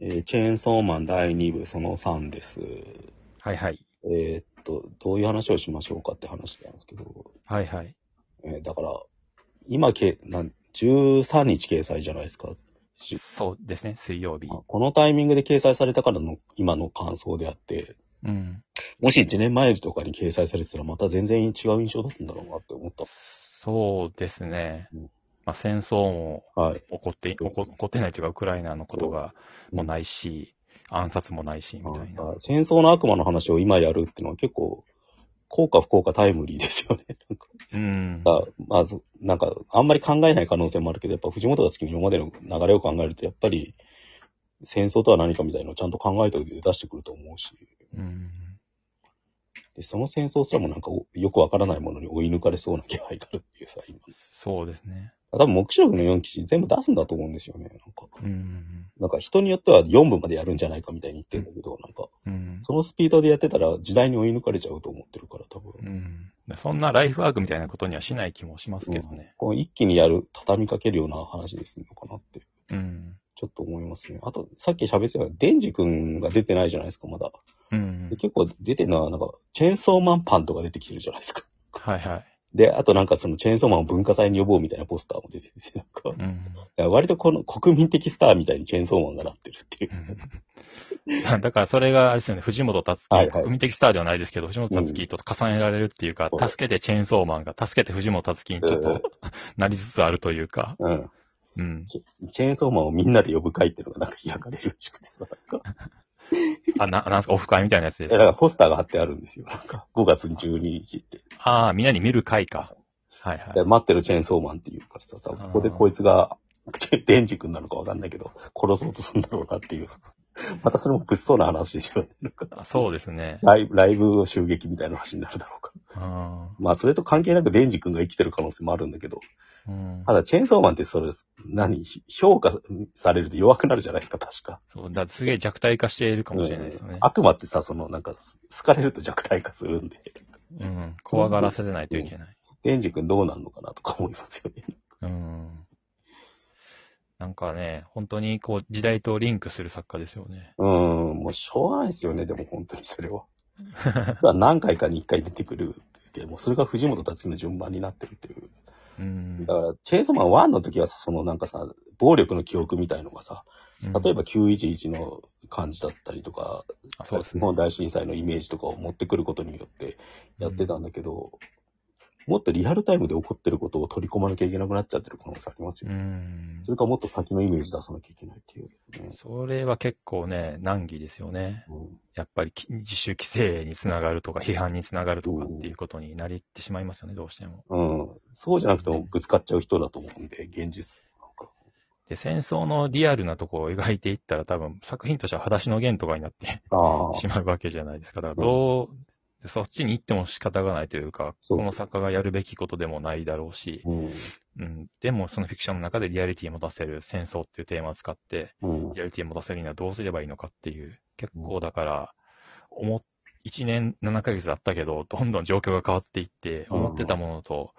えーチェーンソーマン第2部その3です。はいはい。えーっと、どういう話をしましょうかって話なんですけど、はいはい。えーだから、今けなん、13日掲載じゃないですか。しそうですね、水曜日まあ。このタイミングで掲載されたからの今の感想であって、うん。もし1年前とかに掲載されてたらまた全然違う印象だったんだろうなって思っそうですねうん。まあ、戦争もた。はい。起こって、起こ起こってないというか、ウクライナのことがもうないし、暗殺もないし、みたいあな。戦争の悪魔の話を今やるっていうのは結構、効果不効果タイムリーですよね。なんかうん。あまず、なんか、あんまり考えない可能性もあるけど、やっぱ藤本が好きの今までの流れを考えると、やっぱり、戦争とは何かみたいなのをちゃんと考えた上で出してくると思うし、うん。でその戦争すらもなんかおよくわからないものに追い抜かれそうな気配があるっていうさ、今。そうですね。多分、目視録の4騎士全部出すんだと思うんですよね。なんか、うん。なんか人によっては4部までやるんじゃないかみたいに言ってるんだけど、なんか、うん。そのスピードでやってたら時代に追い抜かれちゃうと思ってるから、多分。うん。そんなライフワークみたいなことにはしない気もしますけどね。こう一気にやる、畳みかけるような話でするのかなって、うん。ちょっと思いますね。あと、さっき喋ってたのは、デンジ君が出てないじゃないですか、まだ。うんで。結構出てるのは、なんか、チェーンソーマンパンとか出てきてるじゃないですか。はいはい。で、あとなんかそのチェーンソーマンを文化祭に呼ぼうみたいなポスターも出てきて、なんか、だかうん。ら割とこの国民的スターみたいにチェーンソーマンがなってるっていうう。ん だからそれがあれですよね、藤本達樹、はいはい国民的スターではないですけど、藤本達樹と重ねられるっていうか、うん助けてチェーンソーマンが、助けて藤本達樹にちょっと、 なりつつあるというか、うん。うん。チェチェーンソーマンをみんなで呼ぶ会っていうのがなんか開かれるらしくてさ、なんか。あ、な、なんすか、オフ会みたいなやつでいすやだかか。らポスターが貼ってあるんですよ。なんか、5月12日って。ああ、みんなに見る会か。はいはい。で待ってるチェーンソーマンっていうからさ、さそこでこいつが、 デンジ君なのかわかんないけど、殺そうとするんだろうなっていう。 またそれも物騒な話でしょ。なんかあそうですね。ライブ、ライブを襲撃みたいな話になるだろうから。うん。まあ、それと関係なくデンジ君が生きてる可能性もあるんだけど、うんただチェーンソーマンってそれ、何、評価されると弱くなるじゃないですか、確か。そうだすげえ弱体化しているかもしれないですよねうん。悪魔ってさ、その、なんか、好かれると弱体化するんで、うん。怖がらせてないといけない。デンジ君どうなんのかなとか思いますよね。うん。なんかね、本当にこう、時代とリンクする作家ですよね。うーん、もうしょうがないですよね、でも本当にそれは。 何回かに一回出てくるって言って、もうそれが藤本達樹の順番になってるっていう。うんだか。ら、チェーンソーマン1の時は、そのなんかさ、暴力の記憶みたいのがさ、例えば911の感じだったりとか、あそうです日ね。本大震災のイメージとかを持ってくることによってやってたんだけど、もっとリアルタイムで起こってることを取り込まなきゃいけなくなっちゃってる可能性ありますようね。んそ。れかもっと先のイメージ出さなきゃいけないっていう、ねそれは結構ね、難儀ですよね。うんやっぱりき自主規制につながるとか、批判につながるとかっていうことになりってしまいますよね、どうしても。うん。そうじゃなくてもぶつかっちゃう人だと思うんで、現実。なんかで、戦争のリアルなところを描いていったら、多分作品としては裸足の弦とかになって あしまうわけじゃないですか。だからどう、そっちに行っても仕方がないというか、そうそうこの作家がやるべきことでもないだろうし、うん。うん、でもそのフィクションの中でリアリティを持たせる戦争っていうテーマを使って、うん。リアリティを持たせるにはどうすればいいのかっていう、結構だから、思っ1年7ヶ月だったけど、どんどん状況が変わっていって、うん思ってたものと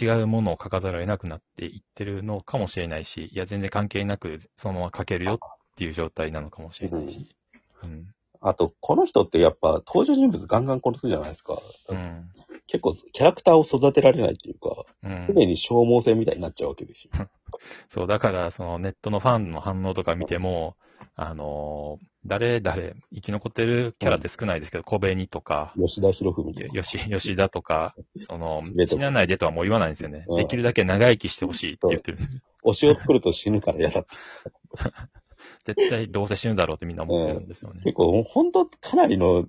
違うものを書かざるを得なくなっていってるのかもしれないし、いや、全然関係なく、そのまま書けるよっていう状態なのかもしれないし。うん。あと、この人ってやっぱ登場人物ガンガン殺すじゃないですか。うん。結構キャラクターを育てられないっていうか、うん常に消耗戦みたいになっちゃうわけですよ。そう、だから、そのネットのファンの反応とか見ても、あのー誰、誰、生き残ってるキャラって少ないですけど、小紅とか、吉田博文とか。よし、吉田とか、その、全て死なないでとはもう言わないんですよねうん。できるだけ長生きしてほしいって言ってるんですよ。推しを作ると死ぬから嫌だって。絶対どうせ死ぬだろうってみんな思ってるんですよね。結構、もう本当かなりの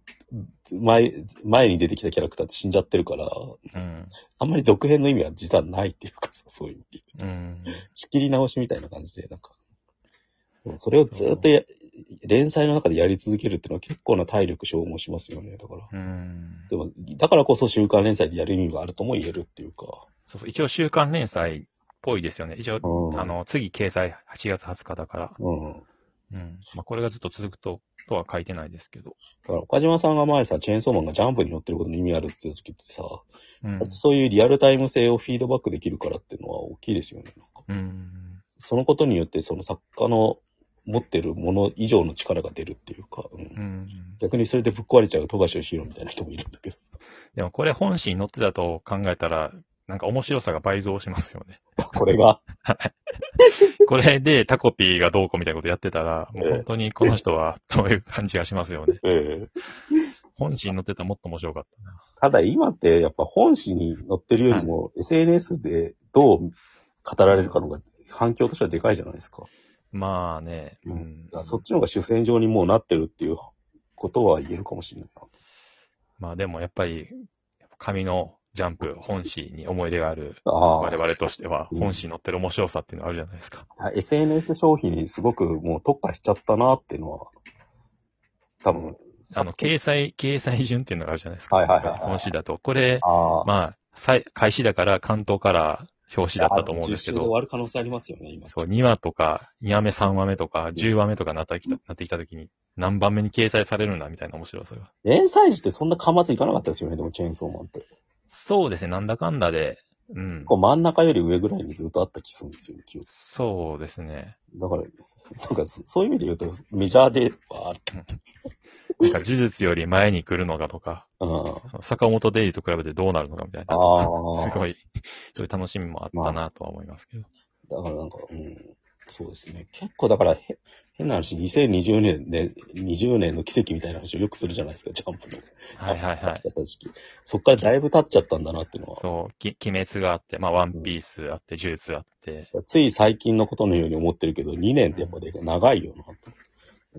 前、前に出てきたキャラクターって死んじゃってるから、うん。あんまり続編の意味は実はないっていうかさ、そういう意味で。うん。仕切り直しみたいな感じで、なんか、それをずっとや連載の中でやり続けるっていうのは結構な体力消耗しますよね、だから。うん。でも、だからこそ週刊連載でやる意味があるとも言えるっていうか。そうそう、一応週刊連載っぽいですよね。一応、うんあの、次掲載8月20日だから、うん。うん。まあ、これがずっと続くと、とは書いてないですけど。だから、岡島さんが前さ、チェーンソーマンがジャンプに乗ってることに意味あるって言った時ってさ、うん。そういうリアルタイム性をフィードバックできるからっていうのは大きいですよね。なんかうん。そのことによって、その作家の持ってるもの以上の力が出るっていうか、うんうん。逆にそれでぶっ壊れちゃう富樫義弘みたいな人もいるんだけど。でもこれ本誌に載ってたと考えたら、なんか面白さが倍増しますよね。これが、 これでタコピーがどうこうみたいなことやってたら、もう本当にこの人は、という感じがしますよね。本誌に載ってたらもっと面白かったな。ただ今ってやっぱ本誌に載ってるよりも SNS でどう語られるかの方が反響としてはでかいじゃないですか。まあね。ううんんだか。らそっちの方が主戦場にもうなってるっていうことは言えるかもしれないな。まあでもやっぱり、紙のジャンプ、本誌に思い出があるあ我ー々としては、うん本誌に載ってる面白さっていうのがあるじゃないですか。あ、SNS 商品にすごくもう特化しちゃったなっていうのは、多分、あの、掲載、掲載順っていうのがあるじゃないですか。はいはいはいはい本誌だと。これ、ああ、まあ、さい開始だから関東から表紙だったと思うんですけ中止でど終、わる可能性ありますよね、今。そう、2話とか、2話目、3話目とか、10話目とかなってきた、なってきたときに、何番目に掲載されるんだみたいな面白さが。連載時ってそんな間末いかなかったですよね、でもチェーンソーマンって。結そうですね、なんだかんだで、うん。構真ん中より上ぐらいにずっとあった気するんですよね、記憶そうですね。だから、なんかそそういう意味で言うと、メジャーではある。なんか、呪術より前に来るのかとか、うん。坂本デイリーと比べてどうなるのかみたいな。あー すごい、そういう楽しみもあったなとは思いますけど。だからなんか、うん。そうですね。結構だからへ、変な話、2020年で、20年の奇跡みたいな話をよくするじゃないですか、ジャンプの。はいはいはい。やった時期。そっからだいぶ経っちゃったんだなっていうのは。そう、き鬼滅があって、まあ、ワンピースあって、呪術あって、つい最近のことのように思ってるけど、2年ってやっぱでかい長いよなって。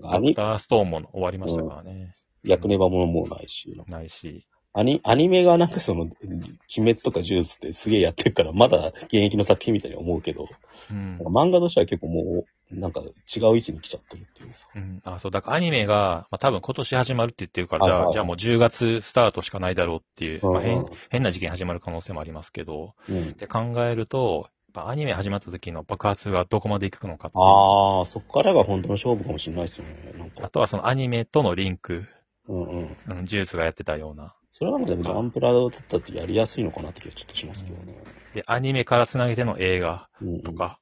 アドクニ、ターストーンも終わりましたからね。役ネバももうないし。ないし。アニ、アニメがなんかその、鬼滅とかジュースってすげえやってるから、まだ現役の作品みたいに思うけど、うんなん。か漫画としては結構もう、なんか違う位置に来ちゃってるっていうさ。うん、あ、そう、だからアニメが、まあ、多分今年始まるって言ってるから、じはいゃはあ、いじゃあもう10月スタートしかないだろうっていう、まあ、う変ん、変な事件始まる可能性もありますけど、うんっ。て考えると、やっぱアニメ始まった時の爆発がどこまでいくのかっていうああ、そこからが本当の勝負かもしれないですよね。なんあか。とはそのアニメとのリンク、うんうん。うん、呪術がやってたような。それはなんかでもジャンプラだったってやりやすいのかなって気がちょっとしますけどね。で、アニメから繋げての映画うんうんとか。うん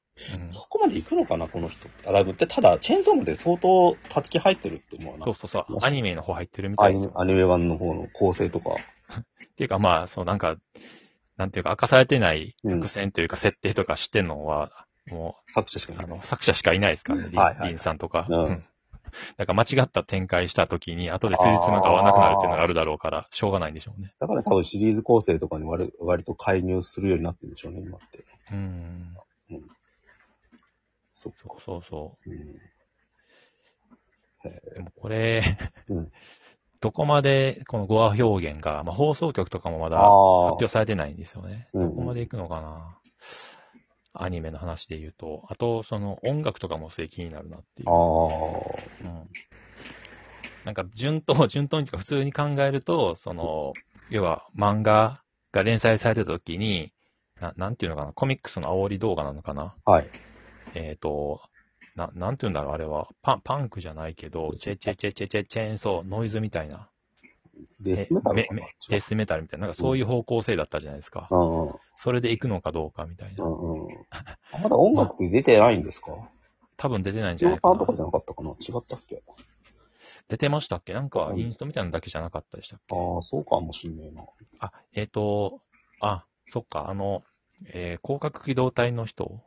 そこまで行くのかな、この人って。あ、だって、ただ、チェーンソーマンで相当、たつき入ってるって思うな。そうそうそうよ、しアニメの方入ってるみたアいでニすメよ。アニメ版の方の構成とか。っていうかまあ、そうなんか、なんていうか明かされてないうん伏線というか設定とか知ってんのは、も、作者しかいうないあでの、す。作者しかいないですからね、リン,、はいはいさんとか。ううんん。だから間違った展開した時に、後で数日間が合わなくなるっていうのがあるだろうから、しょうがないんでしょうね。だから多分シリーズ構成とかに割割と介入するようになってるんでしょうね、今って。うん。そっそうそうそうん。う。でもこれ、うんどこまでこの語話表現が、まあ放送局とかもまだあ発あ。表されてないんですよね。うんうんどこまで行くのかな。アニメの話で言うと、あと、その音楽とかもすげえ気になるなっていう。ああ。うんなんか順当、 順当にとか普通に考えると、その、要は漫画が連載されてた時に、ななんていうのかな、コミックスの煽り動画なのかなはい。えっ、と、な、なんていうんだろう、あれは、パン、パンクじゃないけど、チェチェチェチェチェチェーンソー、ノイズみたいな。デスえメタルめかなめデスメタルみたいな、なんかそういう方向性だったじゃないですかう。んうん。それで行くのかどうかみたいうな。んうん。まだ音楽って出てないんですか多分出てないんじジゃオないタかンとかじゃな。なかったかな違ったっけ出てましたっけなんかう、んインストみたいなのだけじゃなかったでしたっけああ、そうかもしんねえな。あ、えっ、と、あ、そっか、あの、えー広角機動隊の人、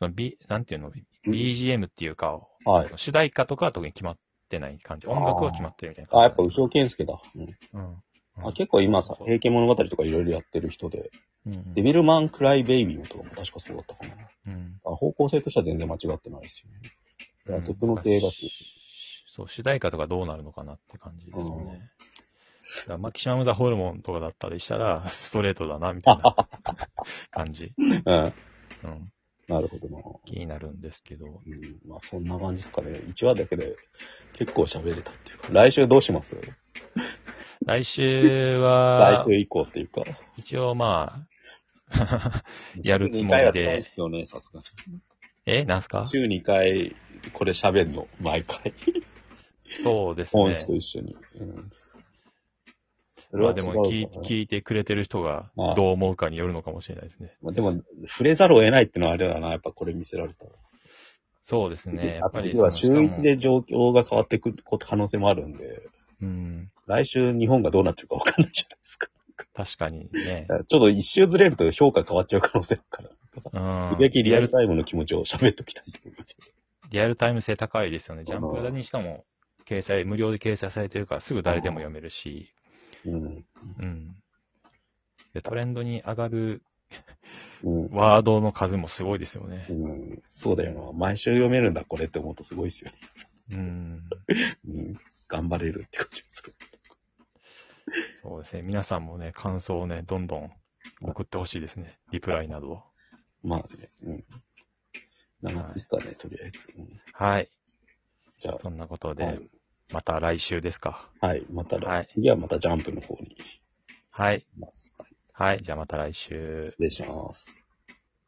その B、なんていうの、BGM っていうか、はい。主題歌とかは特に決まってない感じ。音楽は決まってるみたいな感じ。あ、やっぱ、後ろ健介だ。うん。うん。うんあ結構今さ、そう平家物語とかいろいろやってる人で、うんデビルマン・クライ・ベイビーとかも確かそうだったかな。うん。あ方向性としては全然間違ってないですよね。だから、テクノ系だし。そう、主題歌とかどうなるのかなって感じですよね。だからマキシマム・ザ・ホルモンとかだったりし たら、ストレートだな、みたいな感じ。うん。なうん。るほどな。気になるんですけど。うん、まあ、そんな感じですかね。1話だけで結構喋れたっていうか、来週どうします来週は来、週以降っていうか。一応まあ、やるつもりで 二回はやりたいですよね、さすがに。え、なんすか週2回、これ喋んの、毎回。そうです本ね誌。と一緒に。うん。それまはあ違でうかもな聞い、聞いてくれてる人がああどう思うかによるのかもしれないですね。まあ、でも、触れざるを得ないってのはあれだな、やっぱこれ見せられたら。そうですね。やあっぱと、り次はそ週の1。で状況が変わってくる可能性もあるんで、しかもうん。来週日本がどうなってるか分かんないじゃないですか。確かにね。ちょっと一周ずれると評価変わっちゃう可能性あるから。 うん。べきリアルルタイムの気持ちを喋っときたいと思います。リアルタイム性高いですよね。ジャンプだにしかも、掲載、無料で掲載されてるからすぐ誰でも読めるし、うん。うん。で、トレンドに上がるうん。ワードの数もすごいですよねう。ん、そうだよな。毎週読めるんだ、これって思うとすごいですよね。うん。うん。頑張れるって感じでする。そうですね。皆さんもね、感想をね、どんどん送ってほしいですね。リプライなどを。まあね。うん。生ですかね、とりあえず。うんはい。じゃそんなことはでい、また来週ですか。あ、はい。また、はい次はまたジャンプの方に行きはい。ます。はいはい。じゃあまた来週。失礼します。